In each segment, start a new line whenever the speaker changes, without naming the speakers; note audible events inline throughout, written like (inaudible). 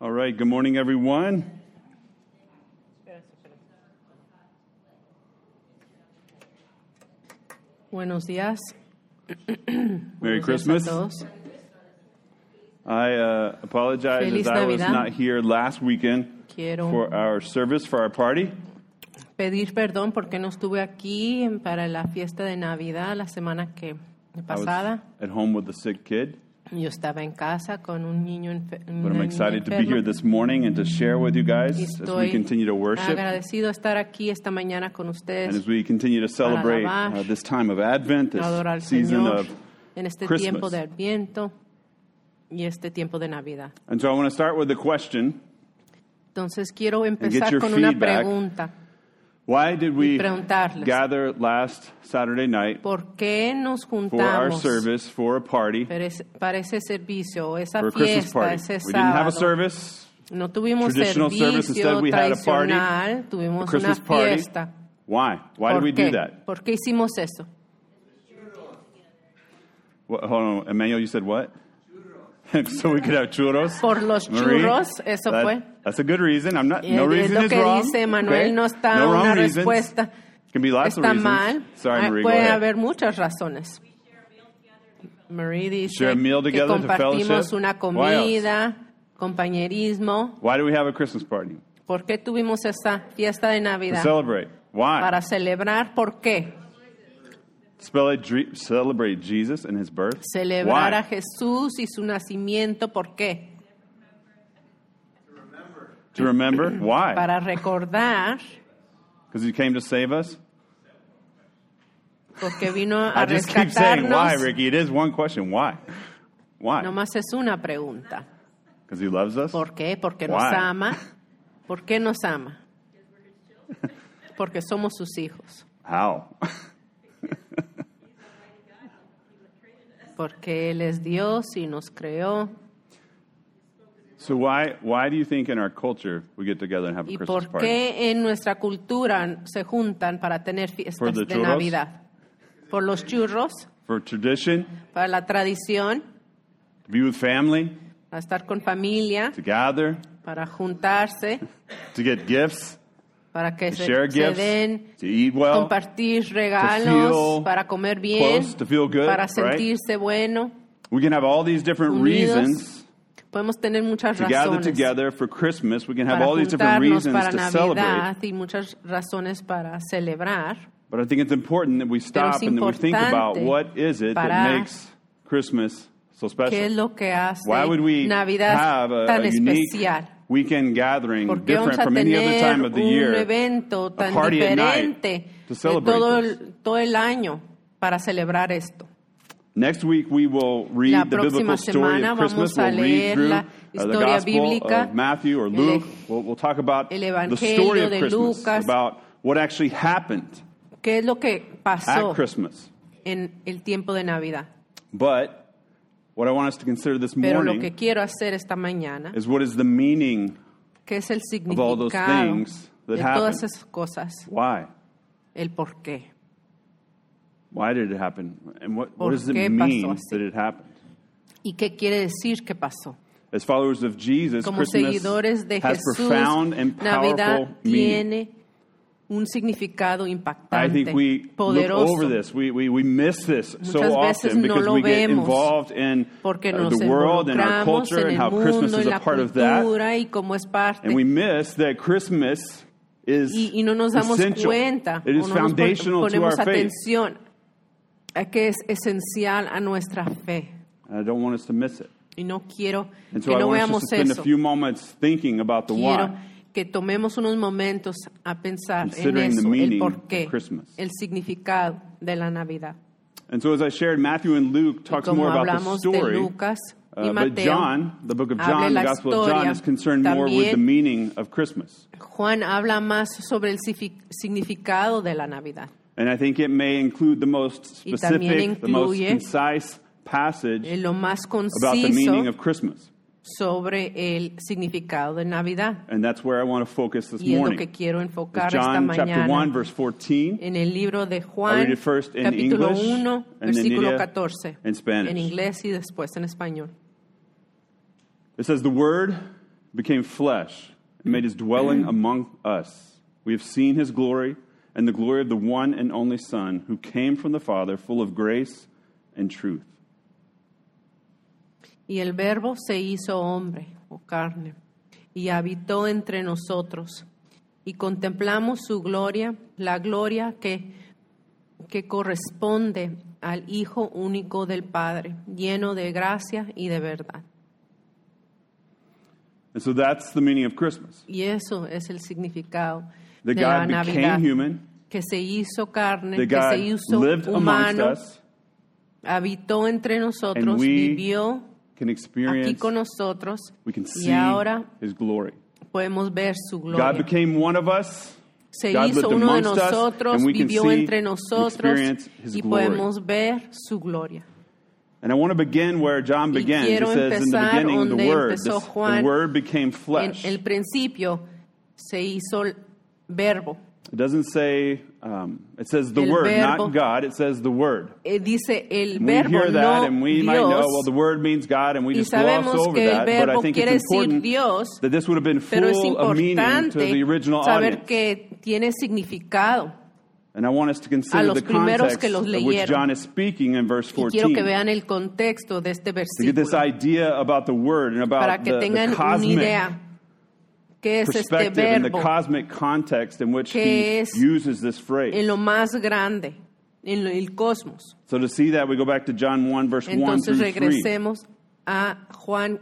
All right, good morning, everyone.
Buenos días.
Merry
Buenos días
Christmas.
a todos.
I uh, apologize
Feliz
as I was
Navidad.
not here last weekend
Quiero
for our service, for our party.
pedir perdón porque no estuve aquí en- para la fiesta de Navidad la semana que
I was
pasada.
at home with a sick kid,
Yo estaba en casa con un niño enfe- una
but I'm
niña
excited to be
enferma.
here this morning and to share with you guys
Y
as we
estoy
continue to worship
agradecido de estar aquí esta mañana con
and as
ustedes
we continue to celebrate
alabar,
uh, this time of Advent,
para adorar al
this season
Señor
of.
en este
Christmas.
tiempo de Adviento y este tiempo de Navidad.
And so I want to start with the question
Entonces quiero
get
empezar
your
con una
feedback.
pregunta.
Why did we
preguntarles.
gather last Saturday night
¿Por qué nos
for our
juntamos?
service, for a party,
Pero es- para ese servicio, esa
for a Christmas
fiesta,
party?
ese
We didn't have a
sábado,
service.
no tuvimos
traditional service. Instead,
servicio
we had a party,
tradicional, tuvimos una
Christmas party.
fiesta.
Why? Why did
¿Por
we
qué?
do that?
¿Por qué hicimos eso?
What, hold on, Emmanuel, you said what? (laughs) so we could have churros.
Por los
Marie,
churros, eso
that-
fue.
That's a good reason. I'm not. No
Eh, es
reason
lo
is
que
wrong.
dice Manuel,
okay?
no está
no wrong
una
reasons.
respuesta.
Can be lots of
Está
reasons.
mal.
Sorry,
Ah,
Marie. go
Puede
ahead.
haber muchas razones. Marie dice
Share a meal
que
together to
compartimos
fellowship. Why
una
else?
comida, compañerismo.
Why do we have a Christmas party?
¿Por qué tuvimos esa fiesta de
To
Navidad?
celebrate. Why?
Para celebrar, ¿por qué?
Spell it, dre- celebrate Jesus and His birth.
Celebrar
Why?
a Jesús y su nacimiento, ¿por qué?
To remember. Why?
Para recordar,
Because He came to save us.
porque vino a
(laughs) I just keep saying why,
rescatarnos.
Ricky. It is one question. Why? Why?
Nomás es una pregunta.
Because He loves us.
¿Por qué? Porque nos
Why?
ama. ¿Por qué nos ama? Porque somos sus hijos.
How? (laughs)
Porque Él es Dios y nos creó.
So why why do you think in our culture we get together and have a
¿Y
Christmas
por
party?
qué en nuestra cultura se juntan para tener
For
fiestas
the
de
churros?
Navidad? Por los churros,
For tradition,
para la tradición,
to be with family,
para estar con familia,
to gather,
para juntarse,
to get gifts,
para que
to
se,
share
se
gifts,
den,
to eat well,
compartir regalos,
feel
para comer bien,
close, to feel good,
para
right?
sentirse bueno.
We can have all these different
Unidos,
reasons
Podemos tener muchas
to gather
razones
together for Christmas. We can have
para
all these different
juntarnos
reasons
para
to celebrate.
Navidad y muchas razones para celebrar,
But I think it's important that we
Pero es
stop and that we think
importante
about what is it that
parar.
makes Christmas so
qué es
special.
lo que hace
Why would we
Navidad
have a,
tan
a unique
especial.
weekend gathering
¿Por qué vamos
different
a
from any other
tener
time of the
un
year?
evento tan
party at night
diferente
to
de
celebrate
todo
this?
el, todo el año para celebrar esto?
Next week we will read
La
the biblical
próxima
story
semana
of Christmas.
vamos a
We'll read
leer
through
la
uh, the
historia
Gospel
bíblica,
of Matthew or
el
Luke.
ej-
We'll, we'll talk about
el
the
Evangelio
story of
de
Christmas,
Lucas.
about what actually happened
¿Qué es lo que pasó
at Christmas.
en el tiempo de Navidad?
But what I want us to consider this
Pero
morning
lo que quiero hacer esta mañana,
is what is the meaning?
que es el
all those
significado
things that
de todas
happened.
esas cosas,
Why?
el por qué.
Why did it happen? And what, what
¿Por
does it
qué pasó
mean
así?
that it happened?
¿Y qué quiere decir que pasó?
As followers of Jesus,
Como
Christmas
seguidores de
has
Jesús,
profound and powerful
Navidad
meaning.
tiene un significado
I think
impactante,
we look over
poderoso.
this. We, we, we miss this
Muchas
so
veces
often
no
because
lo
we get
vemos,
involved in
porque
uh,
nos
the world and our
involucramos
culture
en
and
el
how Christmas
mundo,
is
en
a
la
part of that.
cultura y cómo es parte.
And we miss that Christmas is
y, y no nos damos
essential.
cuenta,
It is
o no nos pon-
foundational to our
ponemos
faith.
atención a que es esencial a nuestra fe.
And I don't want us to miss it.
Y no quiero
And so
que
I
no
want us
veamos
to spend
eso.
a few moments thinking about the
Quiero
why.
que tomemos unos momentos a pensar en
Considering the
eso, el
meaning
porqué,
of Christmas.
el significado de la Navidad.
And so as I shared, Matthew and Luke
Y
talks
como
more about the
hablamos de
story.
Lucas y
uh, but
Mateo,
John, the book of
habla
John, the
la
Gospel of John,
historia
is concerned more with the
también.
meaning of Christmas.
Juan habla más sobre el sifi- significado de la Navidad.
And I think it may include the most
Y también
specific, the most
incluye
concise
eh,
passage
lo más
about the meaning
conciso
of Christmas.
sobre el significado de Navidad.
And that's where I want to focus this
Y es lo
morning.
que quiero enfocar
It's
esta
John chapter 1,
mañana
verse 14,
en el libro de
I'll read
Juan,
it first in
capítulo
English
1,
and then
versículo
Nidia
14,
in Spanish.
en inglés y después en español.
It says, The Word became flesh and made his
(clears throat)
dwelling among us. We have seen his glory and the glory of the one and only Son who came from the Father, full of grace and truth.
Y el verbo se hizo hombre o carne y habitó entre nosotros. Y contemplamos su gloria, la gloria que, que corresponde al Hijo único del Padre, lleno de gracia y de verdad.
And so that's the meaning of Christmas.
Y eso es el significado
That
de la
God
Navidad,
became human,
que se hizo carne,
that
que
God
se
lived
hizo
amongst
humano,
us,
habitó entre
and
nosotros,
we
vivió
can
aquí
experience,
con nosotros
we can
y
see
ahora
his glory.
podemos ver su
God
gloria.
became one of us.
Se
God
hizo
lived
uno de
amongst us,
nosotros,
and we can
vivió
see
entre
and
nosotros
experience his
y
glory.
podemos ver su gloria.
And I want to begin where John
Y
began. He
quiero
says, In the
empezar
beginning, the
donde
Word.
empezó
This- the
Juan.
Word became
En
flesh.
el
It
principio se hizo el verbo.
doesn't say, um, it says the
El
Word,
verbo.
not God. It says the Word.
Eh, dice el
And we
verbo,
hear that
no
and we might know,
Dios.
well, the Word means God, and we
Y
just gloss
sabemos
over
que el
that. But I
verbo
think
quiere
it's
decir
important
Dios,
that this would have been
pero es
full of meaning to the original
importante saber
audience.
que tiene significado.
And I want us to consider
los
the
primeros
context
que los
of which
leyeron.
John is speaking in verse
Y quiero
14.
que vean el contexto de este
to get this
versículo
idea about the Word and about
para que
the, the
tengan una
cosmic
idea qué es este
perspective and the
verbo
cosmic context in which
que
he
es
uses this phrase.
en lo más grande, en lo- el cosmos.
So to see that, we go back to John 1, verse 1
Entonces
through 3.
regresemos a Juan,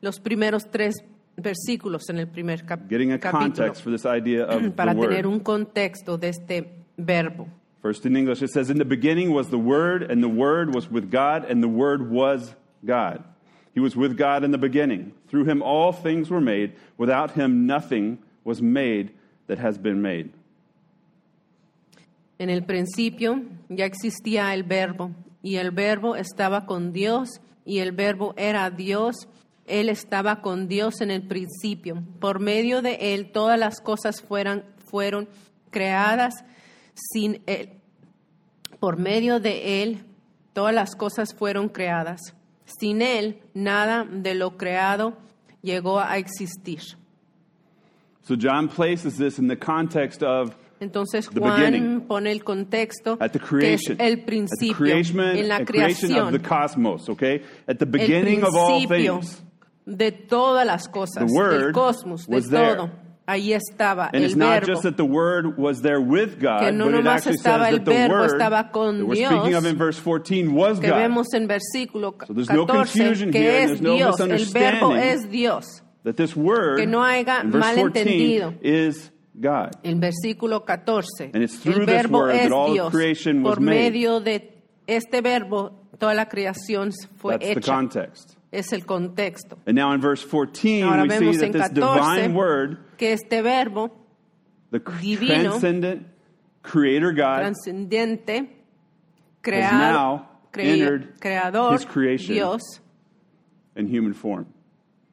los primeros tres versículos en el primer cap-
Getting a
capítulo,
context for this idea of
para
the Word.
tener un contexto de este verbo.
First in English, it says, In the beginning was the Word, and the Word was with God, and the Word was God. He was with God in the beginning. Through him all things were made. Without him nothing was made that has been made.
En el principio ya existía el verbo y el verbo estaba con Dios y el verbo era Dios. Él estaba con Dios en el principio. Por medio de él todas las cosas fueran, fueron creadas sin él. Por medio de él todas las cosas fueron creadas. Sin él nada de lo creado llegó a existir.
So John places this in the context of
Entonces
The
Juan
beginning.
pone el contexto
at the
que es
creation,
el
at the
principio,
creation,
en la
at creation of
creación,
the cosmos. Okay, at the
el
beginning of all
principio
things,
de todas las cosas,
The word
del cosmos, de
was there.
todo. Ahí estaba
and
el
it's not
verbo.
just that the Word was there with God,
Que no
but it
nomás
actually
estaba
says
el
that the
verbo,
Word
estaba con
that we're
Dios,
speaking of in verse 14 was
que
God.
vemos en versículo
So there's no
14
confusion here,
que
and
es
there's no
Dios, el verbo
misunderstanding.
es Dios.
that this Word
que no haya
in verse 14
malentendido.
is God.
El versículo 14,
And it's
el
through this
verbo
word
es
that all
Dios.
creation was
Por
made.
medio de este verbo toda la creación fue
That's the
hecha.
context.
Es el contexto.
And now in verse 14,
Ahora
we see
vemos
that
en
this
14
divine Word,
que este verbo
the cr-
Divino.
transcendent Creator God,
trascendente,
now
creado, crea-
entered
creador,
his creation.
Dios,
in human form,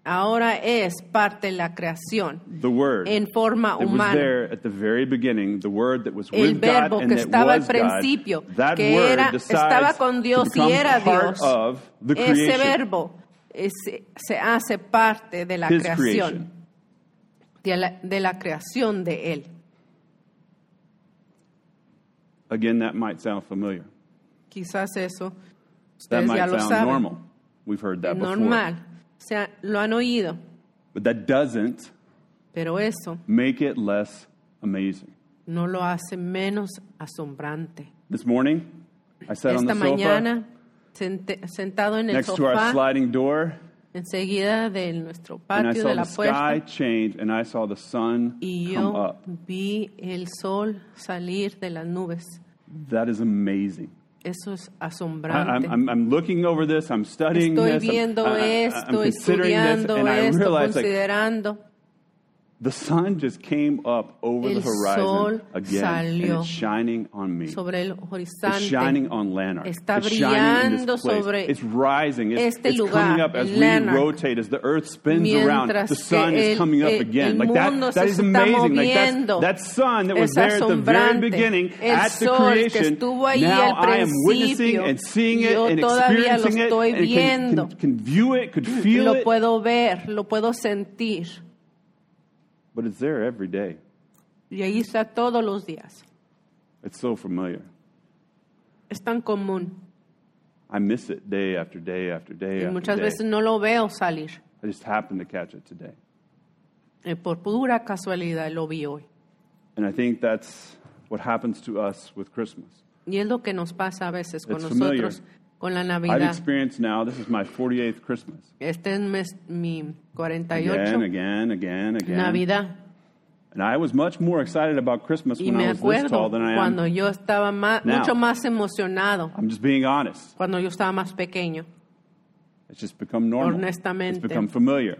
ahora es parte de la creación
the Word.
en forma
that was
humana.
there at the very beginning, the word that was
El
with God
verbo
and
que
that
estaba al
was
principio,
God, that
que
word
era,
decides
estaba con Dios
to
y
become
era
part
Dios.
of the
Ese
creation,
verbo ese- se hace parte de la
His
creación,
creation.
de la, de la creación de Él.
Again, that might sound familiar.
Quizás eso
That
ustedes
might
ya lo
sound
saben.
normal. We've heard that before.
normal. O sea, lo han oído,
But that doesn't
pero eso
make it less amazing.
no lo hace menos asombrante.
This morning, I sat on
Esta
the sofa
mañana, sente- sentado en el
next to our
sofá,
sliding door,
enseguida de nuestro
and I
patio,
saw
de
the
la
sky
puerta,
change, and I saw the sun
y
come
yo
up.
vi el sol salir de las nubes.
That is amazing.
Eso es
I-
asombrante.
I'm, I'm, I'm looking over this. I'm studying
estoy
this. I'm-
viendo
I- I- I'm
esto,
considering this,
estudiando
and I
esto,
realize like
considerando.
The sun just came up over the
El sol
horizon again, and
salió
it's shining on me.
sobre el
It's shining
horizonte.
on Lanark.
Está
it's shining in
brillando
this place.
sobre
it's rising. It's,
este
it's
lugar,
coming up as
en
we
Lanark.
rotate, as the earth spins around.
Mientras
The sun
que
is
el-
coming up
el-
again.
el
Like
mundo
that,
se
that is
está
amazing. Like that's,
moviendo.
that sun that was
Es
there at the very
asombrante.
beginning
El
at the
sol que
creation.
estuvo ahí
now
al
I am witnessing
principio.
and seeing it
Yo
and
todavía lo
experiencing it
estoy
and can, can,
viendo. Mm,
can view it, could feel
Lo
it.
puedo ver, lo puedo sentir.
But it's there every day.
Y ahí está todos los días.
It's so familiar.
Es tan común.
I miss it day after day after day
Y
after
muchas
day.
veces no lo veo salir.
I just happened to catch it today.
Eh, Por pura casualidad lo vi hoy.
And I think that's what happens to us with Christmas.
Y es lo que nos pasa a veces con
It's
nosotros, con la
I've
Navidad.
experienced now, this is my 48th Christmas.
Este es mes- mi
Again,
48
again, again, again.
Navidad.
And I was much more excited about Christmas
Y
when
me
I was this tall
acuerdo
than I am.
cuando yo estaba más,
Now.
mucho más emocionado,
I'm just being honest.
cuando yo estaba más pequeño.
It's just become normal.
Honestamente.
It's become familiar.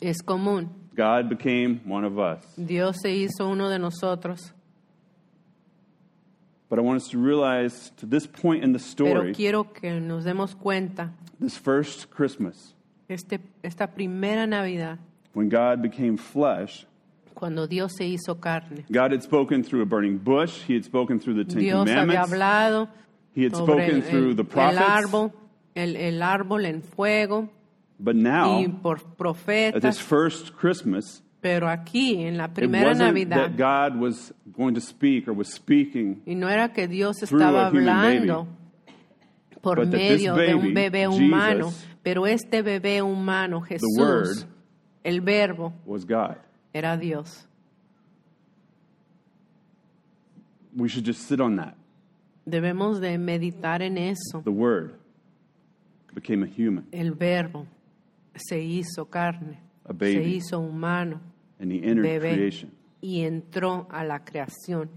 Es común.
God became one of us.
Dios se hizo uno de nosotros.
But I want us to realize to this point in the
Pero
story,
quiero que nos demos cuenta,
this first Christmas,
este, esta primera Navidad,
when God became flesh,
cuando Dios se hizo carne,
God had spoken through a burning bush. He had spoken through the Ten
Dios había
Commandments.
hablado
He had
sobre
spoken
el,
through the
el
prophets.
árbol, el, el árbol en fuego
But now,
y por
at this
profetas.
first Christmas,
Pero aquí, en la
it
primera
wasn't
Navidad,
that God was going to speak or was speaking,
Y no era que Dios
Through a
estaba
human
hablando por
But that this
medio de
baby,
un bebé
Jesus,
humano, pero este bebé humano, Jesús,
Word,
el verbo,
was God.
era Dios.
We should just sit on that.
Debemos de meditar en eso.
The Word became a human,
El verbo se hizo carne,
A baby.
se hizo humano,
and He entered
Bebé.
creation.
y entró a la creación.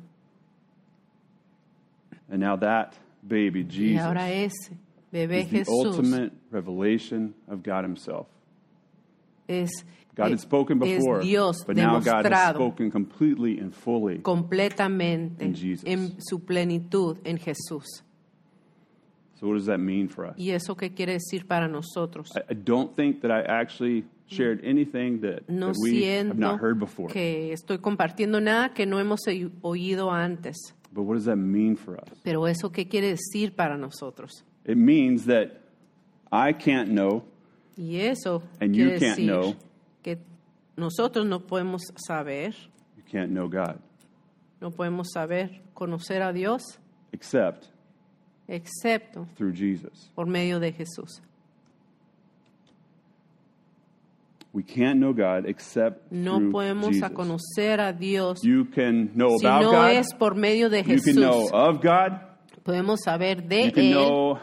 And now that baby,
Y
Jesus,
ahora ese bebé
is the
Jesús
ultimate revelation of God Himself.
es, eh,
God had spoken
es
before,
Dios
but now God has
demostrado
spoken completely and fully.
completamente
In Jesus.
en su plenitud en Jesús.
So, what does that mean for us?
¿Y eso qué quiere decir para nosotros?
I, I don't think that I actually shared anything that,
No
that we have
siento
not heard before.
que estoy compartiendo nada que no hemos oí- oído antes.
But what does that mean for us?
Pero eso qué quiere decir para nosotros?
It means that I can't know
Y eso
And you
quiere
can't
decir
know.
que nosotros no podemos saber,
you can't know God
no podemos saber conocer a Dios
except
excepto
through Jesus.
por medio de Jesús.
We can't know God except
No
through
podemos a
Jesus.
conocer a Dios
You can know
si
about
no
God.
es por medio de
you
Jesús.
can
Eh,
know of God.
podemos saber de
You can
él,
know,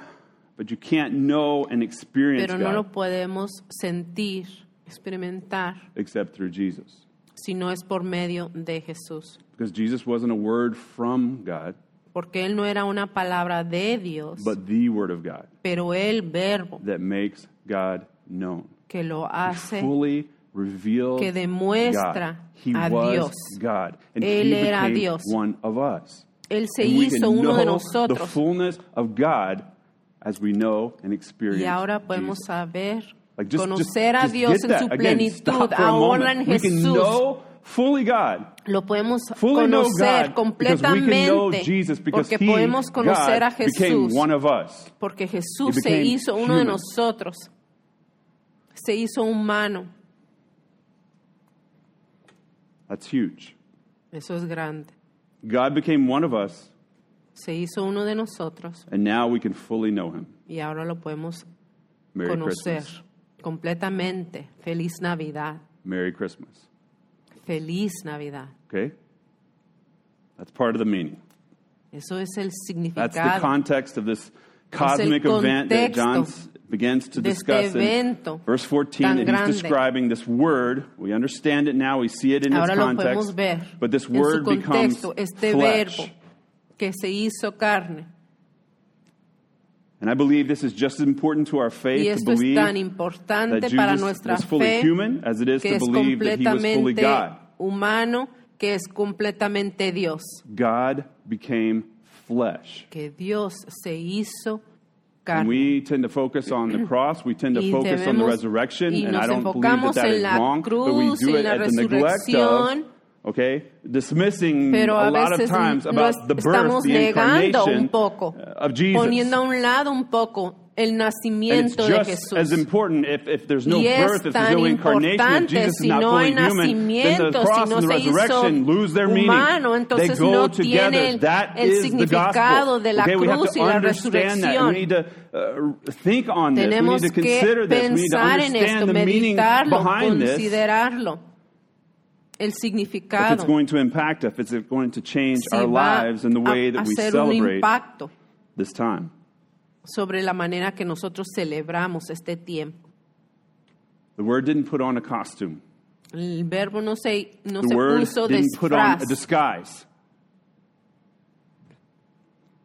but you can't know and experience
pero no
God
lo podemos sentir, experimentar,
except through Jesus.
si no es por medio de Jesús.
Because Jesus wasn't a word from God,
Porque Él no era una palabra de Dios,
but the Word of God
pero el verbo
that makes God known.
que lo hace.
fully revealed
que demuestra
God. He
a
was
Dios.
God, and
Él
he
era
became
Dios.
one of us.
Él se
And we can
hizo uno de
know The
nosotros
fullness of God as we know and experience.
y ahora podemos
Jesus.
saber,
Like, just- just-
conocer a
just
Dios
get
en
that.
su
Again,
plenitud,
stop for a
ahora
moment.
en
We can
Jesús.
know fully God.
Lo podemos
Fully know God
conocer
because we can know
completamente
Jesus because
porque
he,
podemos conocer
God,
a
became
Jesús.
one of us.
Porque
He
Jesús se
became
hizo uno de
human.
nosotros. Se hizo humano.
That's huge.
Eso es grande.
God became one of us,
Se hizo uno de nosotros
and now we can fully know Him.
y ahora lo podemos
Merry
conocer
Christmas.
completamente. Feliz Navidad.
Merry Christmas.
Feliz Navidad.
Okay? That's part of the meaning.
Eso es el
That's the
significado
context of this cosmic
el
event that
contexto
John s- begins to
de
discuss
este
in
evento
verse 14.
tan
And
grande.
he's describing this word. We understand it now. We see it in
Ahora
its
lo
context.
podemos ver
But this
en su
word becomes
contexto, este
flesh.
verbo que se hizo carne.
And I believe this is just as important to our
Y
faith to
esto es
believe
tan
that
importante para
Jesus
nuestra
was fully
fe
human as it is
que
to
es
believe that he was fully
completamente
God.
humano que es completamente Dios.
God became flesh.
Que Dios se hizo
And
carne.
we tend to focus on the cross. We tend to
Y
focus on the
debemos-
resurrection,
y
and I
nos
don't believe that
enfocamos
that
en
is
la
wrong. but we
cruz,
do
en
it
la
at the neglect of,
resurrección.
okay, dismissing
Pero
a
a
lot of
veces
times
lo
about the birth,
estamos
the
negando un
incarnation
poco,
uh, of Jesus.
poniendo a un lado un poco el
And it's
nacimiento de
just as
Jesús.
important if, if there's no
Y es
birth, if there's no
tan
incarnation, if
importante,
Jesus is
si
not
no
fully
hay
human, then the
nacimiento,
cross
si no
and the
se hizo
resurrection lose their meaning.
humano,
they
entonces
go
no tiene
together.
el-
that
el
is the gospel.
significado de la
okay, we have
cruz
to
y la
understand that. We
resurrección.
need to uh, think on this. We
Tenemos
need to consider
que
this. We need to
pensar en
understand
esto,
the meaning
meditarlo,
behind this.
considerarlo,
If
el
it's
significado,
going to impact us, if it's going to change
si
our
va
lives and the way
a
that we
hacer un
celebrate
impacto
this time.
sobre la manera que nosotros celebramos este tiempo.
The Word didn't put on a costume.
El verbo no se, no
the
se
word
puso
didn't put on
disfraz.
a disguise.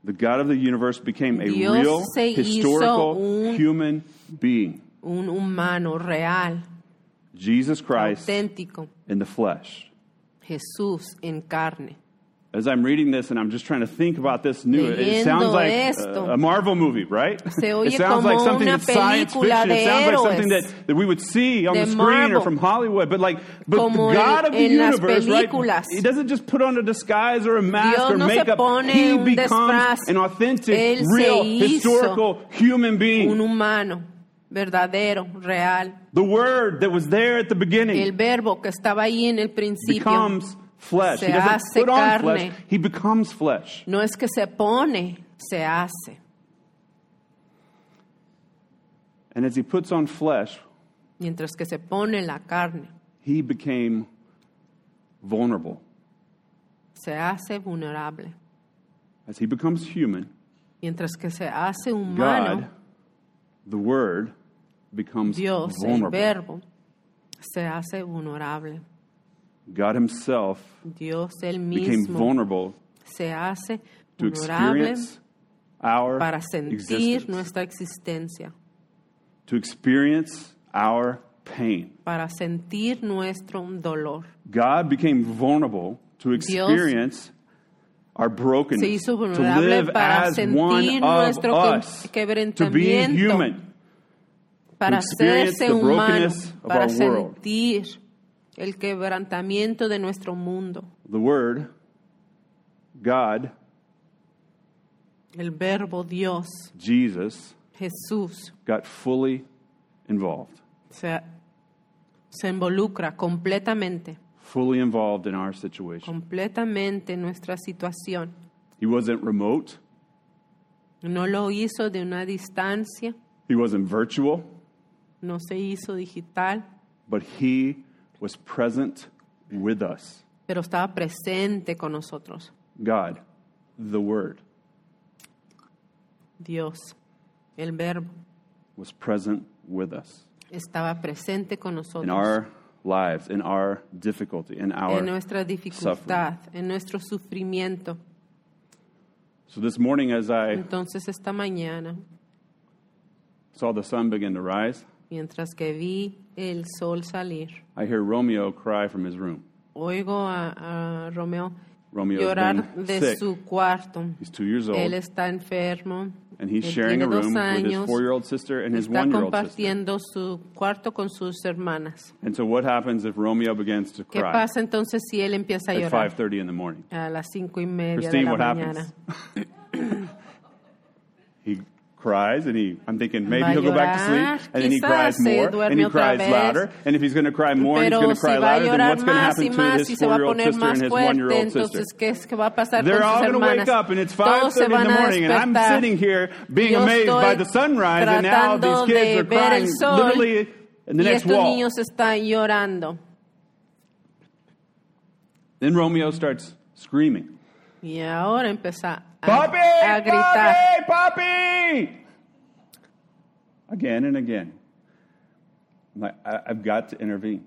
The God of the universe became a
Dios
real,
se hizo
historical
un-
human being,
un humano real,
Jesus Christ
auténtico,
in the flesh.
Jesús en carne.
As I'm reading this and I'm just trying to think about this new, it- it
Leyendo
sounds like
esto.
uh, a Marvel movie, right? (laughs)
Se
it
oye
sounds like
como
something
una
that's science
película
fiction. It
de
sounds like something
héroes.
that, that we would see on
De
the screen or
Marvel.
from Hollywood. But like, but
Como
the God
en-
of the
en las
universe, right?
películas.
He doesn't just put on a disguise or a mask
Dios
or
no se
makeup.
pone
he
un
becomes
disfraz.
an authentic,
Él se
real,
hizo
historical human being.
un humano verdadero, real.
the Word that was there at the beginning.
El verbo que estaba ahí en el principio
becomes flesh.
Se
he doesn't
hace
put on flesh.
carne.
He becomes flesh.
no es que se pone, se hace.
And as he puts on flesh,
Mientras que se pone la carne,
he became vulnerable.
se hace vulnerable.
As he becomes human,
Mientras que se hace
God,
humano,
the Word, becomes
Dios, el
vulnerable.
verbo, se hace vulnerable.
God Himself
Dios él
became
mismo
vulnerable
se hace
to
vulnerable
experience our
para sentir
existence,
nuestra existencia,
to experience our pain.
para sentir nuestro dolor.
God became vulnerable to experience our brokenness,
se hizo
to
vulnerable
live
para
as
sentir
one of
nuestro que-
us, to be
quebrantamiento,
human.
para
experience the
hacerse humano,
brokenness of
para
our world.
sentir el quebrantamiento de nuestro mundo.
The Word, God,
El verbo Dios,
Jesus,
Jesús,
got fully involved,
se, se involucra completamente,
fully involved in our situation.
completamente en nuestra situación.
He wasn't remote,
No lo hizo de una distancia,
he wasn't virtual,
no se hizo digital,
but he was present with us.
pero estaba presente con nosotros.
God, the Word,
Dios, el verbo,
was present with us
estaba presente con nosotros.
in our lives, in our difficulty, in our
en nuestra dificultad, en nuestro sufrimiento.
So this morning, as I
Entonces esta mañana,
saw the sun begin to rise,
mientras que vi el sol salir,
I hear Romeo cry from his room.
oigo a, a Romeo
Romeo has
llorar
been
de
sick.
su cuarto.
He's two years old,
Él está enfermo,
and he's
Él
sharing
tiene
a
dos
room with his
años,
four-year-old sister and his
está
one-year-old sister.
compartiendo su cuarto con sus hermanas.
And so, what happens if Romeo begins to
¿Qué
cry
pasa entonces si él empieza a
at
llorar
5:30 in the morning?
a las cinco y media
Christine,
de
what
la
happens?
mañana?
(coughs) He cries and he. I'm thinking maybe
Va a
he'll go back to
llorar,
sleep, and then he
quizás
cries
se
more,
duerme
and he
otra
cries
vez.
louder. And if he's going to cry more, and he's
Pero
going to
si
cry
va a
louder. Then
llorar
what's going to
más y
happen to
más
his
y se va a
four-year-old
poner
sister and
más
his
fuerte,
one-year-old sister?
entonces ¿qué es que va a pasar
They're
con
all
sus
going to
hermanas?
wake up, and it's
Todos
5:30
se
in the
van a
morning, and I'm
despertar.
sitting here being
Yo
amazed by
estoy
the sunrise, and now these
tratando
kids
de
are
ver
crying
el sol,
literally in the
y este
next
estos
wall.
niños están llorando.
Then Romeo starts screaming,
Y ahora empieza a,
"Poppy,
a gritar.
Poppy, Poppy!" Again and again. I'm like, I, have got to intervene.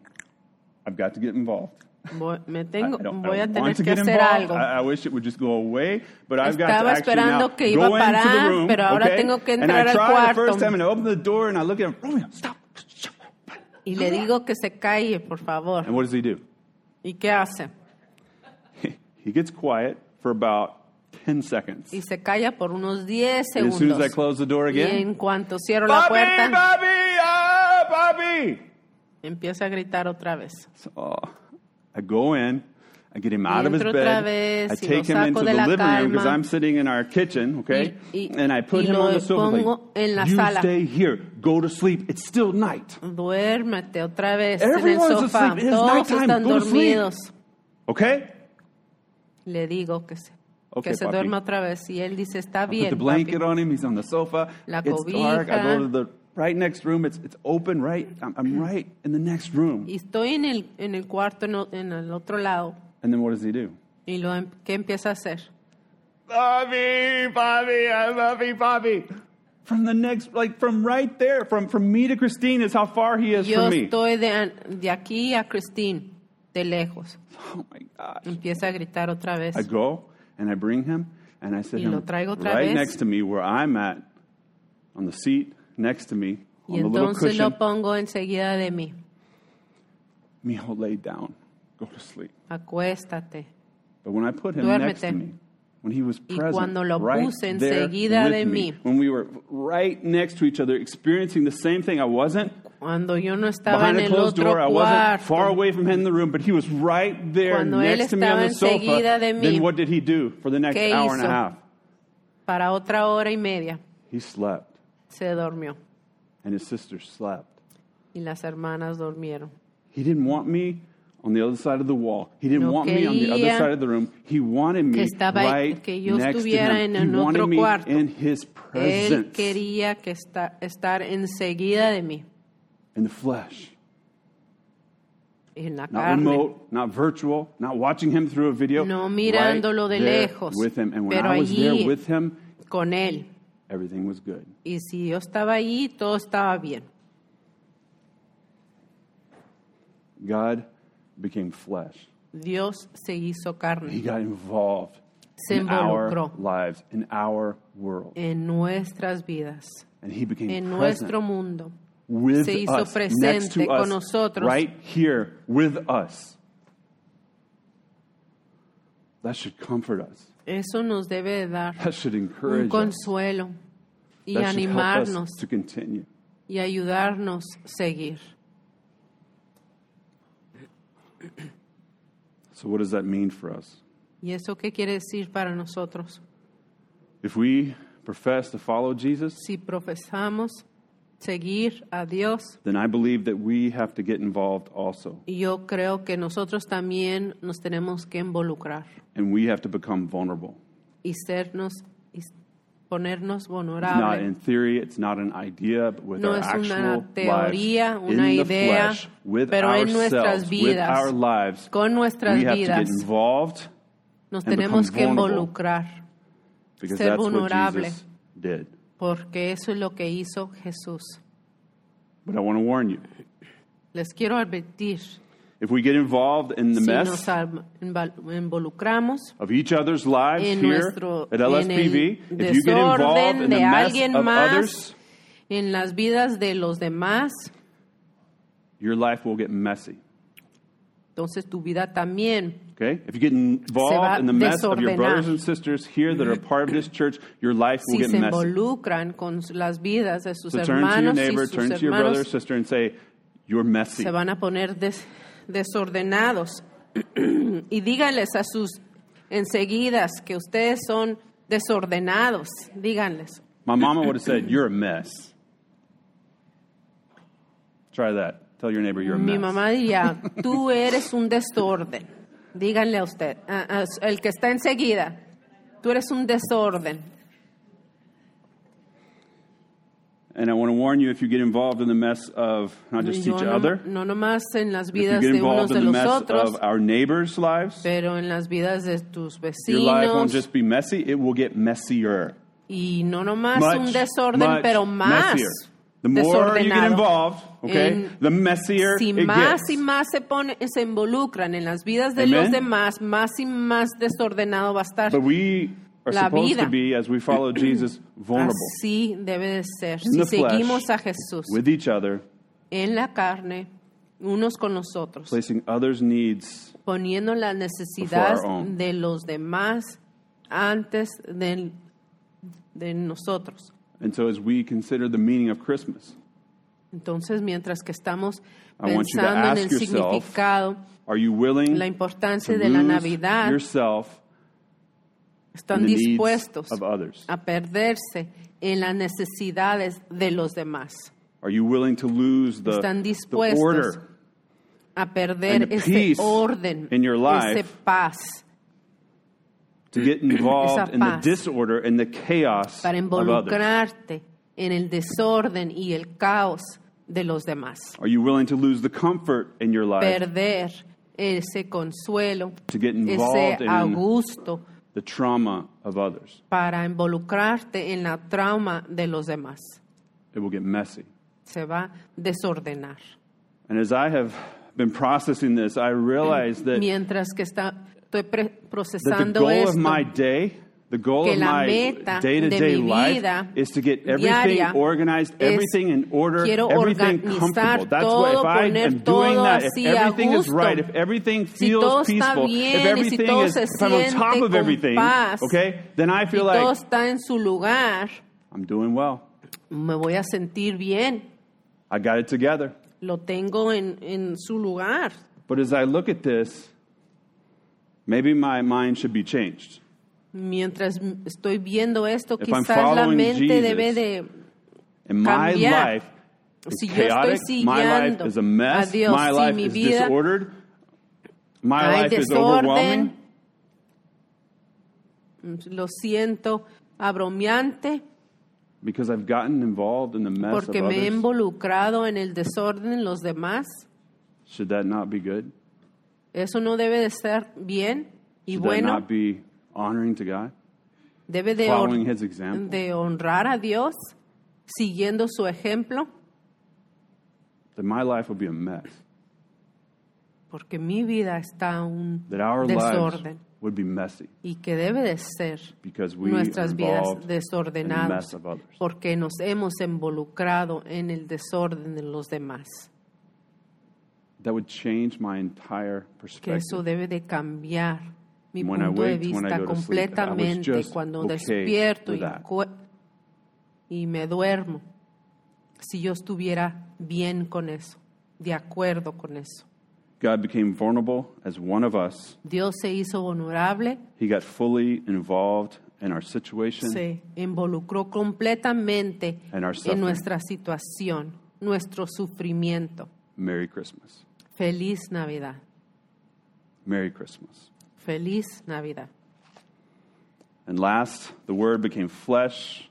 I've got to get involved.
Voy, me
I- I
tengo,
don't- I
voy a
don't
tener
want to
que
get
hacer
involved.
algo.
I, I wish it would just go away, but I've got to
Estaba
actually now
esperando que iba
go
a
into the
parar,
room,
pero ahora
okay?
tengo que
And I
entrar al
try the first
cuarto.
time and I open the door and I look at him, Romeo, stop.
y le digo que se calle, por favor.
And what does he do?
¿Y qué hace?
He gets quiet for about 10 seconds.
Y se calla por unos 10
And as soon as I
segundos.
close the door
Y
again,
en cuanto cierro la
Bobby,
puerta,
Bobby, ah, Bobby.
empieza a gritar otra vez.
So, oh, I go in, I get him out of his
Entro otra
bed,
vez,
I
y lo
take him
saco
into
de
the
la
living room because
calma.
I'm sitting in our kitchen, okay?
Y- y-
and I put
y
him
lo
on the sofa. like,
pongo en la
you
sala."
stay here, go to sleep. It's still night,
Duérmete otra vez
Everyone's
en el sofá.
asleep. It is
Todos
nighttime.
están
Go to sleep.
dormidos.
okay?
Le digo que se,
Okay,
que se
papi.
duerma otra vez. Y él dice, está
I put
bien,
the blanket
papi.
on him. He's on the sofa.
La
it's dark. I
cobija.
go to the right next room. It's it's open. Right, I'm, I'm right in the next room.
Y estoy en el, en el cuarto, en, o- en el otro lado.
And then what does he do?
¿Y lo, em- qué empieza a hacer?
Bobby, Bobby, I love you, Bobby. From the next, like from right there, from from me to Christine is how far he is
Yo
from me.
estoy de, de aquí a Christine, de lejos. (laughs)
Oh my gosh.
Empieza a gritar otra vez.
I go and I bring him and I sit
Y lo
him
traigo otra
right
vez.
next to me where I'm at, on the seat next to me, on
Y
the little
entonces
cushion.
lo pongo enseguida de mí.
Mijo, lay down, go to sleep.
Acuéstate.
But when I put him next to
Duérmete.
me, when he was
Y
present,
cuando lo
right
puse
there
enseguida
with
de
me,
mí.
when we were right next to each other, experiencing the same thing, I wasn't
Cuando yo no estaba
behind
en
a
el
closed
otro
door. I wasn't far
cuarto,
away from him in the room, but he was right there
Cuando él
next to me on
estaba
the sofa.
enseguida de mí,
then what did he do for the next
¿qué
hour and a
hizo?
half?
para otra hora y media,
He slept,
se dormió.
and his sister slept.
Y las hermanas durmieron.
He didn't want me on the other side of the wall. He didn't
No
want me on the other
quería
side of the room. He wanted me
que estaba-
right
que yo
next to
estuviera
him.
en el
he wanted
otro
me
cuarto.
in his
Él
presence,
quería que esta- estar enseguida de mí,
in the flesh.
en la
Not
carne,
remote, not virtual, not watching him through a video.
No mirándolo
right
de
there
lejos,
With him. And when
pero
I was there
allí-
with him,
con Él.
everything was good.
Y si yo estaba ahí, todo estaba bien.
God became flesh.
Dios se hizo
He
carne
got involved
Se
in our
involucró.
lives, in our world.
en nuestras vidas,
And he became
en
present
nuestro mundo.
with
se hizo
us, next to
presente
us,
con nosotros.
right here with us. That should comfort us.
Eso nos debe dar
That should
un
encourage us.
consuelo y
That should help
animarnos
us to continue.
y ayudarnos a seguir.
So, what does that mean for us?
¿Y eso qué quiere decir para nosotros?
If we profess to follow Jesus,
Si profesamos seguir a Dios,
then I believe that we have to get involved also,
y yo creo que nosotros también nos tenemos que involucrar
and we have to become vulnerable.
y sernos y ponernos
It's not in
vulnerables.
theory, it's not an idea, but with
No
our
es
actual
una teoría,
lives,
una
in the
idea,
flesh, with
pero en
ourselves,
nuestras
with
vidas,
our lives,
Con nuestras
we have to
vidas
get involved
nos
and become
tenemos que
vulnerable.
involucrar
because that's
Ser vulnerable.
what Jesus did.
porque eso es lo que hizo Jesús.
But I want to warn you:
Les quiero advertir,
if we get involved in the
si
mess
nos al- inval- involucramos
of each other's lives
en
here
nuestro
at
en
LSPV,
el
if you get involved
desorden
in the
de
mess
alguien
of
más,
others,
en las vidas de los demás,
your life will get messy.
entonces tu vida también.
Okay? If you get involved
va
in the mess of your
desordenar.
brothers and sisters here that are part of this church, your life will
Si
get
se
messy.
involucran con las vidas de sus
So turn to your
hermanos
neighbor,
y
turn
sus
to your brother,
hermanos,
sister, and say, You're messy.
se van a poner des- desordenados. (clears throat) y díganles a sus enseguidas que ustedes son desordenados. Díganles.
My mama would have said, You're a mess. Try that. Tell your neighbor you're a
Mi
mess.
mamá diría, tú eres un desorden. Díganle a usted, a- a- el que está enseguida, tú eres un desorden.
And I want to warn you if you get involved in the mess of not just
Yo
each
no,
other,
no nomás en las
if you
vidas
get
de
involved
unos de
in the
los
mess
otros,
of our neighbors' lives,
pero en las vidas de tus
your life won't
vecinos.
just be messy, it will get messier.
Y no nomás
much,
un desorden,
much
pero más
messier. The more you get
desordenado.
involved, okay,
En-
the messier
si
it
más
gets.
y más se pone, se involucran en las vidas de
Amen.
los demás, más y más desordenado va a estar.
But we are
La
supposed to
vida.
be, as we follow
(clears throat)
Jesus, vulnerable
Así debe de ser.
the
Si
flesh,
seguimos a Jesús
with each other
en la carne, unos con los otros,
placing others' needs
poniendo las necesidades
Before our own.
de los demás antes de, de nosotros.
And so, as we consider the meaning of Christmas,
Entonces, mientras que estamos
I want you to
pensando en el
ask yourself,
significado,
are you willing
la
to
importancia de la
lose
Navidad,
yourself
están
in the
dispuestos
needs of others?
a perderse en las necesidades de los demás,
Are you willing to lose the,
Están
the
dispuestos
order?
a
And
perder
the
ese
peace
orden,
in your life
ese paz,
To
(clears throat)
get involved in the
paz.
disorder and the chaos
para
of others?
involucrarte en el desorden y el caos de los demás,
Are you willing to lose the comfort in your life
perder ese consuelo,
to get
ese
involved
a
in
gusto
the trauma of others?
para involucrarte en la trauma de los demás.
It will get messy.
se va a desordenar.
And as I have been processing this, I realize that, that
Mientras que está, estoy pre-
the
procesando
goal of
esto,
my day, the goal
que
of
la
my
meta
day to day
de mi
life
vida
is to get everything
diaria
organized,
es-
everything in order,
quiero
everything comfortable.
organizar
That's what, if
todo,
I
poner
am doing
todo
that, if
así a
everything is
gusto.
right, if everything
Si todo
feels
está
peaceful, if
bien y si
everything
todo
is,
se
if I'm on top
siente
of
con
everything,
paz,
okay, then I
si
feel
todo
like
está en su lugar,
I'm doing well.
me voy a sentir bien,
I got it together.
lo tengo en, en su lugar.
But as I look at this, maybe my mind should be changed.
Mientras m- estoy viendo esto,
If I'm
quizás la
following
mente
Jesus,
debe de...
And my
Cambiar.
life is
Si yo estoy
chaotic. my life
siguiendo
is a
a
mess.
Dios,
my
si
life
mi
is
vida-
disordered. My
hay
life is
desorden,
overwhelming.
mm, lo siento abromiante,
Because I've gotten involved in the mess
porque
of
me he
others.
involucrado en el desorden en los demás.
Should that not be good?
Eso no debe de estar bien y
Should that
bueno,
not be honoring to God?
debe de, hon-
Following His example?
de honrar a Dios siguiendo su ejemplo,
That my life will be a mess.
porque mi vida está un
That our lives
desorden
would be messy
y que debe de ser
because we are
nuestras vidas
involved in the mess
desordenadas,
of others.
porque nos hemos involucrado en el desorden de los demás.
That would change my entire
Que
perspective.
eso debe de cambiar mi
When I
punto de
wake, when I
vista
go to sleep, I was
completamente
just
cuando
okay
despierto
with
y,
that.
cu- y me duermo. Si yo estuviera bien con eso, de acuerdo con eso.
God became vulnerable as one of us.
Dios se hizo honorable,
He got fully involved in our situation.
se involucró completamente
And our
en
suffering.
nuestra situación, nuestro sufrimiento.
Merry Christmas.
Feliz Navidad,
Merry Christmas.
feliz Navidad.
And last, the Word became flesh,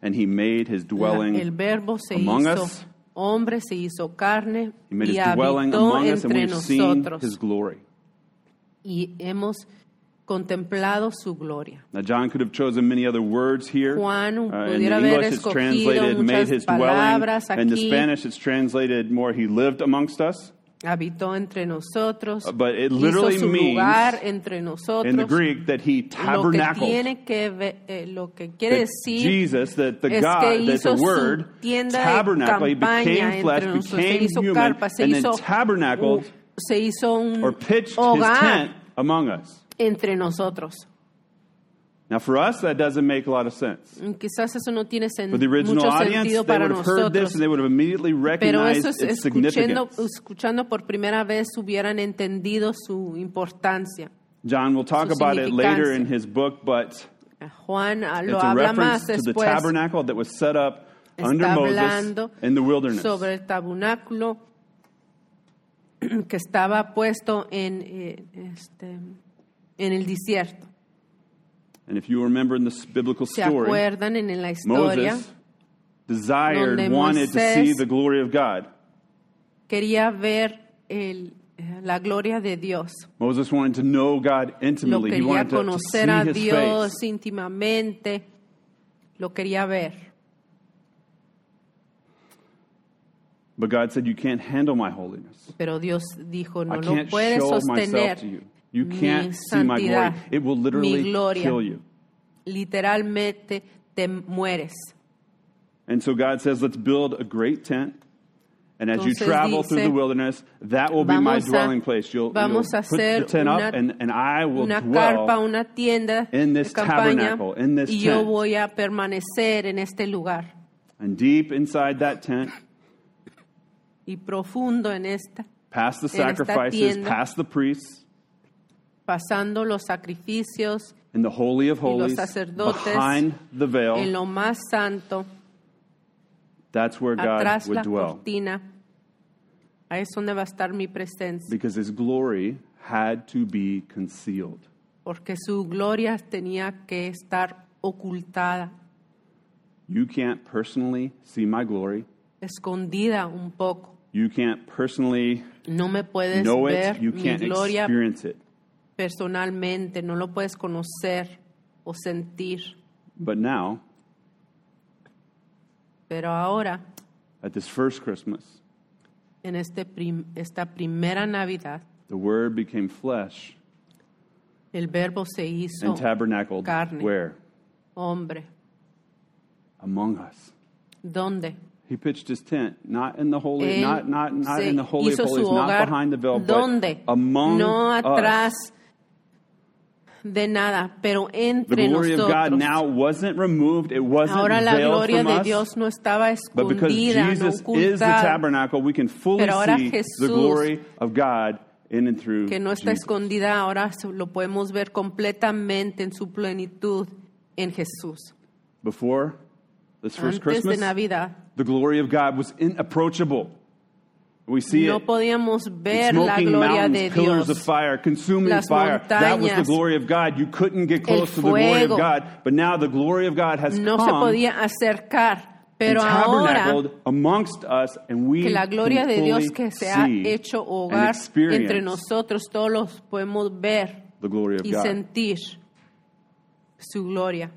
and He made His dwelling.
La- el verbo se
among
hizo
us.
hombre, se hizo carne
he made
y
His dwelling
habitó
among us, and
entre
we've seen
nosotros
His glory.
y hemos contemplado su gloria.
Now, John could have chosen many other words here. Uh,
Juan
in
pudiera
the
haber
English, it's
escogido
translated, made
muchas
his dwelling.
palabras
In the
aquí.
Spanish, it's translated more, he lived amongst us.
Habitó entre nosotros,
But it
hizo
literally
su
means,
lugar entre
In the
nosotros.
Greek, that he
lo que
tabernacled.
tiene que ve- eh, lo que quiere
That
decir
Jesus, that the
es
God,
que
that
hizo
the
su
Word,
tienda de
tabernacle, he
campaña
became flesh,
entre nosotros, se
became
hizo
human,
carpa, se
and then
hizo,
tabernacled
se hizo un
or pitched his
hogar
tent among us.
entre nosotros.
Now, for us, that doesn't make a lot of sense.
Mm, Quizás eso no tiene sen-
For the original
mucho
audience, they
sentido
would
para
have heard this
nosotros.
and they would have immediately
Pero
recognized
eso es
its
escuchando,
significance.
escuchando por primera vez hubieran entendido su importancia.
John will talk
su
about it later
significancia.
in his book, but
Juan ah, lo
it's a
habla
reference to
más
the
después.
tabernacle that was set up under
Está
Moses
hablando
in the wilderness.
sobre el tabernáculo (clears throat) que estaba puesto en, eh, este, en el desierto.
And if you remember in this biblical
¿Se
story,
acuerdan en la historia?
Moses desired,
donde
wanted to see
Moisés-
the glory of God.
Quería ver el- eh, la gloria de Dios.
Moses wanted to know God
Lo
intimately. He
quería
wanted to, to
conocer a
see his
Dios
face.
íntimamente. Lo quería ver.
But God said, You can't handle my holiness.
Pero Dios dijo, no
I
lo
can't
puedes
show myself
sostener.
to you. You
Mi
can't see my glory.
santidad,
It will
mi
literally
gloria.
kill you.
Literalmente te mueres.
And so God says, Let's build a great tent And as you
Entonces
travel through
dice,
the wilderness, that will be my
"Vamos a-
dwelling place. You'll,
vamos
you'll
a
put the
hacer
tent
una-
up, and, and I will
una
dwell.
carpa, una tienda,
in this
campaña,
tabernacle, in this
y yo
tent.
voy a permanecer en este lugar
And deep inside that tent,
y profundo en esta,
past the
esta
sacrifices,
tienda.
past the priests,
pasando los sacrificios
in the Holy of
los
Holies,
sacerdotes
behind the
en
veil,
lo más santo,
that's where God
atrás la
would dwell.
cortina. A es donde va a estar mi presencia,
Because his glory had to be concealed.
porque su gloria tenía que estar ocultada,
You can't personally see my glory.
escondida un poco.
You can't personally
No me puedes
know
ver
it. You
mi
can't
gloria
experience it.
personalmente, no lo puedes conocer o sentir.
But now,
Pero ahora,
at this first Christmas,
en este prim- esta primera Navidad,
the Word became flesh
el verbo se hizo
and tabernacled
carne.
where?
hombre.
Among us.
¿Dónde?
He pitched his tent, not in the holy,
Él
not not not
se
in the holy of
hizo
holies,
su
not
hogar.
behind the veil,
¿Dónde?
but among
no atrás
us.
de nada, pero
The
entre
glory of
nosotros.
God now wasn't removed; it wasn't
Ahora la
veiled
gloria
from
de
us.
Dios no estaba
but because
escondida, no
Jesus is the
ocultada,
tabernacle, we can fully
Pero ahora
see the
Jesús,
glory of God in and through.
que no está
Jesus.
escondida, ahora se- lo podemos ver completamente en su plenitud en Jesús.
Before this first
Antes de
Christmas,
Navidad
the glory of God was inapproachable. We see
no
it.
podíamos
in
ver la
eh, Smoking
gloria
mountains,
de
pillars
Dios.
of fire, consuming
Las
fire. that was the
montañas.
glory of God. You couldn't get
El
close to the glory of
fuego.
God. But now the glory of God has
No
come
se podía acercar, pero
and
ahora
tabernacled amongst us, and we
que la gloria
can
de
fully
Dios que se ha
see
hecho
and
hogar
experience
entre nosotros, todos los podemos ver
the glory of
y
God.
sentir su gloria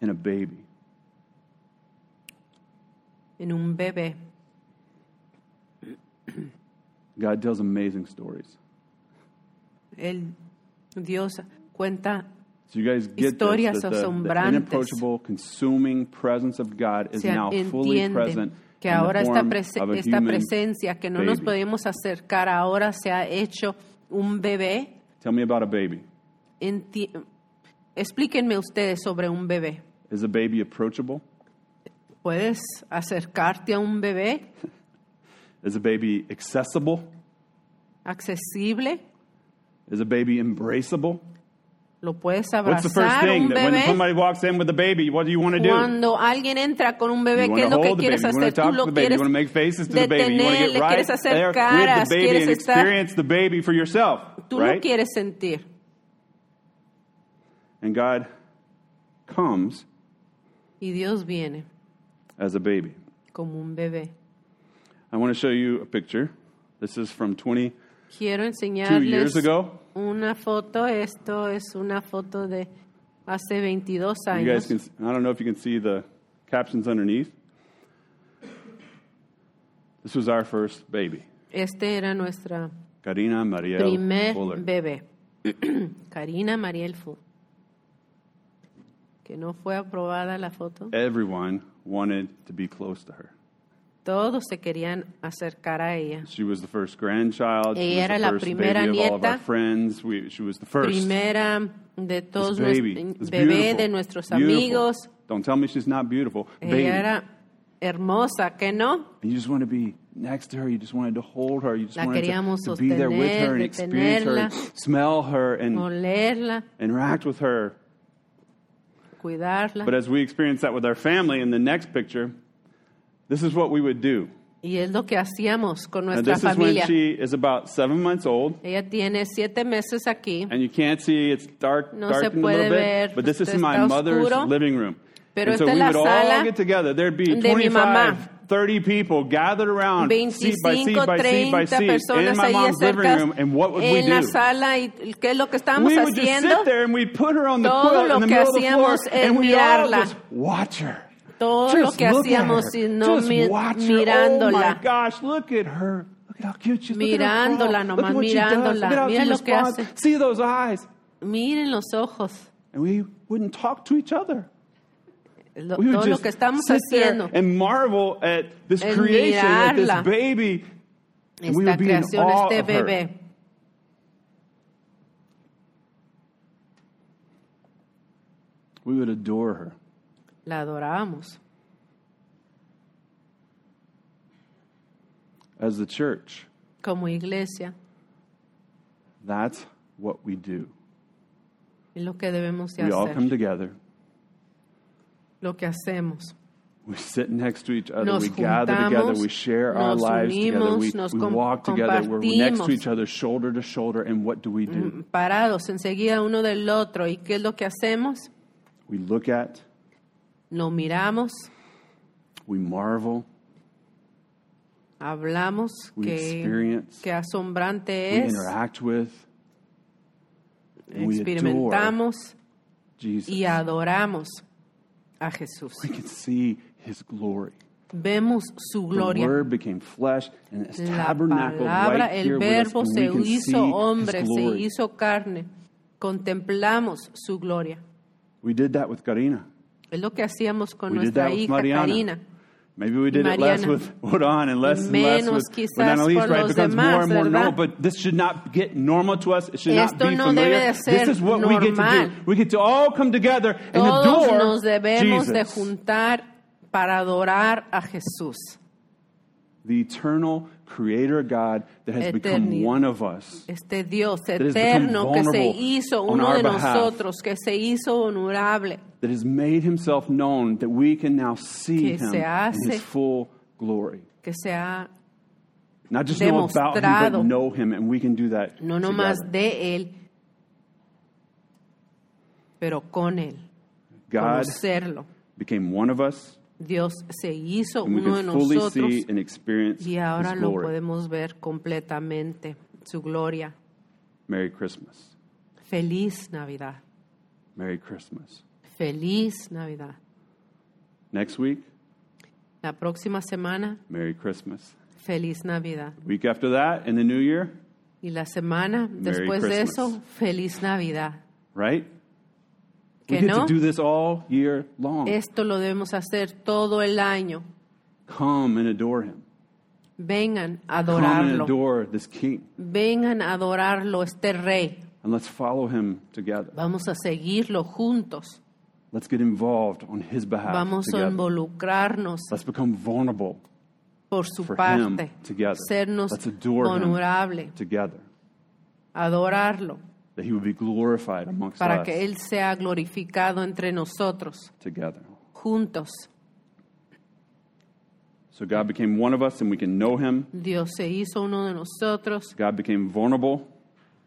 in a baby.
en un bebé.
God tells amazing stories.
El Dios cuenta,
So you guys get
Historias
this, that the, the
asombrantes.
inapproachable, consuming presence of God
o
is
sea,
now fully
entiende
present
que
in the
ahora esta,
form
prese-
of a
esta
human
presencia que no
baby.
nos podemos acercar ahora se ha hecho un bebé.
Tell me about a baby.
Enti- Explíquenme ustedes sobre un bebé.
Is a baby approachable?
¿Puedes acercarte a un bebé
Is a baby accessible?
accesible?
Is a baby embraceable?
¿Lo puedes
What's the first
abrazar a
thing
un
that when
bebé?
somebody walks in with a baby, what do you want to do?
Cuando alguien entra con un bebé,
You
¿qué es
wanna
lo que
hold the
quieres
baby, you wanna
hacer? Tú
talk to
lo
the baby, you
quieres
wanna make faces to the baby, you wanna
detener,
get
le
right
quieres
there
hacer
with
caras,
the baby
quieres
and
estar,
experience the baby for yourself,
tú lo
right?
quieres sentir.
And God comes
Y Dios viene
as a baby.
como un bebé.
I want to show you a picture. This is from 22
Quiero enseñarles
years ago.
una foto. Esto es una foto de hace 22
You guys
años.
can. I don't know if you can see the captions underneath. This was our first baby,
Este era nuestra
Karina Maria
primer
Fuller.
bebé, (clears throat) Karina Mariel Fu. Que no fue aprobada la foto.
Everyone wanted to be close to her.
Todos se querían acercar a ella.
She was the first grandchild. She
Ella
was
era
the
la
first
primera
baby of all of
nieta.
our friends. We, she was the first.
Primera de todos
This baby.
nuestros
It's
bebé
beautiful.
de nuestros
Beautiful.
amigos.
Don't tell me she's not beautiful. Baby.
Ella era hermosa, ¿qué no?
And you just want to be next to her. You just wanted to hold her. You just
La
wanted to,
queríamos
to be there with her and
sostener,
experience her, and
detenerla.
smell her, and
Olerla,
interact with her.
cuidarla.
But as we experienced that with our family in the next picture, this is what we would do.
y es lo que hacíamos con
Now,
nuestra
this is when
familia.
she is about seven months old,
Ella tiene siete meses aquí,
and you can't see it's dark,
No se
darkened a little
puede
bit.
ver,
But this is
está
my mother's
oscuro.
living room.
Pero
and so
esta es
we
la
would all
sala
get together. There'd be
de mi mamá.
25, 30 people gathered around, seat by seat
25,
by seat by
30
seat, in
personas
my
ahí
mom's living
acercas
room. And what would we
en la
do?
sala y qué es lo que estábamos
we would just
haciendo.
sit there and we'd put her on the
Todo
quilt
lo
in the
que
middle of the floor,
hacíamos es
and we'd all
mirarla.
just watch her.
Todo lo
Just
que
look at
hacíamos
her.
y no
Just
mi-
watch her. Oh my
mirándola.
gosh, look at her. Look at how cute she is. Look at her
Mirándola
crawl.
nomás,
Look at what she does.
mirándola.
Look at how
Mira
she
lo que
responds.
hace.
See those eyes.
Miren los ojos.
And we wouldn't talk to each other.
lo-
we would
todo lo
just
que estamos
sit there
haciendo.
and marvel at this
El
creation, at this
mirarla.
baby. And we
Esta
would be in
creación,
awe
este
of her.
bebé.
We would adore her.
La adorábamos.
As the church,
Como iglesia,
that's what we do.
es lo que debemos de
We all come
hacer.
together.
Lo que hacemos.
We sit next to each other.
Nos
we gather together.
juntamos,
We share our
nos
lives together.
unimos,
We,
nos
we
com-
walk together. We're next to
compartimos. Mm.
each other, shoulder to shoulder. And what do we do?
Parados enseguida uno del otro. ¿Y qué es lo que hacemos?
We look at,
Lo miramos,
we marvel,
hablamos.
We
Qué,
experience.
qué
we
asombrante es.
interact with and we adore
Experimentamos
Jesus.
y adoramos a Jesús.
We can see his glory.
Vemos su
The
gloria.
word became flesh and it's
La
tabernacled
palabra,
right
el
here with us,
verbo
and
se
we can see
hizo
his
hombre, se
glory.
hizo carne. Contemplamos su gloria.
We did that with Karina.
Es lo que hacíamos con
We did
nuestra
that with
hija
Mariana.
Karina.
Maybe we did it less
Mariana.
with Wodan and less and less
Menos
with,
quizás
with Annalise,
por
right?
los
It becomes more and
demás,
more normal,
¿verdad?
but this should not get normal to us. It should not
Esto
be
no
familiar.
debe de
this
ser
is what we get to
normal.
do. We get to all come together and
Todos
adore
nos debemos de
Jesus,
juntar para adorar a Jesús.
the eternal creator God that has become
Eternidad.
one of us.
Este Dios
has become
eterno que se
vulnerable
hizo
on
uno
our
de
behalf.
nosotros, que se hizo honorable.
that has made himself known that we can now see
Que
him
se
in
hace.
his full glory.
que sea
Not just know about him, but
Demostrado.
know him, and we can do that.
no nomás
together.
de Él, pero con Él,
God
conocerlo.
became one of us,
Dios se hizo
and we
uno de
can fully
nosotros
see and experience
y ahora
his
lo
glory.
podemos ver completamente, su gloria.
Merry Christmas.
Feliz Navidad,
Merry Christmas.
feliz Navidad.
Next week,
La próxima semana,
Merry Christmas.
feliz Navidad.
Week after that, in the new year,
Y la semana después de
Christmas.
eso, feliz Navidad.
right? We get
Que no,
to do this all year long.
esto lo debemos hacer todo el año.
Come and adore him.
Vengan a
Come and
adorarlo.
adore this king.
Vengan a adorarlo, este rey.
And let's follow him together.
Vamos a seguirlo juntos.
Let's get involved on his behalf.
Vamos a
Ah, together.
involucrarnos
Let's become vulnerable
por su
for
parte.
him together.
Sernos
Let's adore
honorable.
him together.
Adorarlo
That he would be glorified amongst
para
us
que Él sea glorificado entre nosotros,
together.
juntos.
So God became one of us and we can know him.
Dios se hizo uno de nosotros
God became vulnerable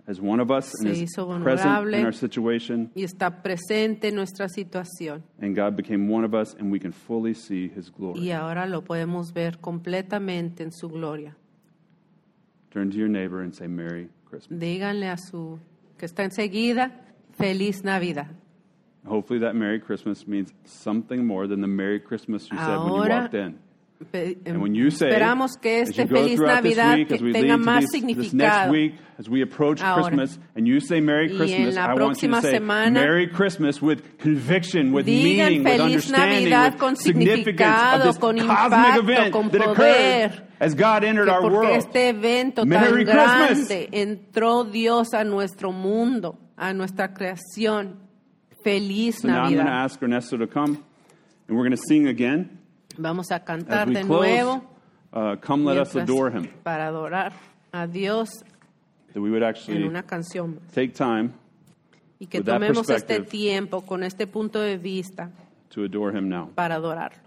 as one of us and
Se
is
hizo
present in
vulnerable.
our situation.
y está presente en nuestra situación.
And God became one of us and we can fully see his glory.
Y ahora lo podemos ver completamente en su gloria.
Turn to your neighbor and say, Merry Christmas.
Díganle a su que está enseguida, feliz Navidad.
Hopefully that Merry Christmas means something more than the Merry Christmas you said when you
Ahora-
walked in.
Pe- em,
And when you say,
esperamos que
as you
este
go
feliz
throughout this
Navidad
week,
que
as we
tenga
lead to
más
these- this next
significado.
week, as we approach
Ahora.
Christmas, and you say Merry
Y en
Christmas,
la
I want you to
próxima
say
semana,
Merry Christmas with conviction, with
Digan
meaning, with
feliz
understanding,
Navidad
with
con
significance of this
significado, con
cosmic
impacto,
event
con
that occurred
poder.
as God entered
que
our
porque
world.
este evento
Merry
tan
Christmas.
grande entró Dios a nuestro mundo, a nuestra creación. Feliz
So now I'm going to
Navidad.
ask Ernesto to come, and we're going to sing again
Vamos
as
a cantar
we
de
close.
nuevo
Uh, come, let us
mientras-
adore Him.
para adorar a Dios
That we would
en
actually
una canción.
take time
Y que
With that
tomemos este
perspective.
tiempo con este punto de vista
to adore Him now.
para adorarlo.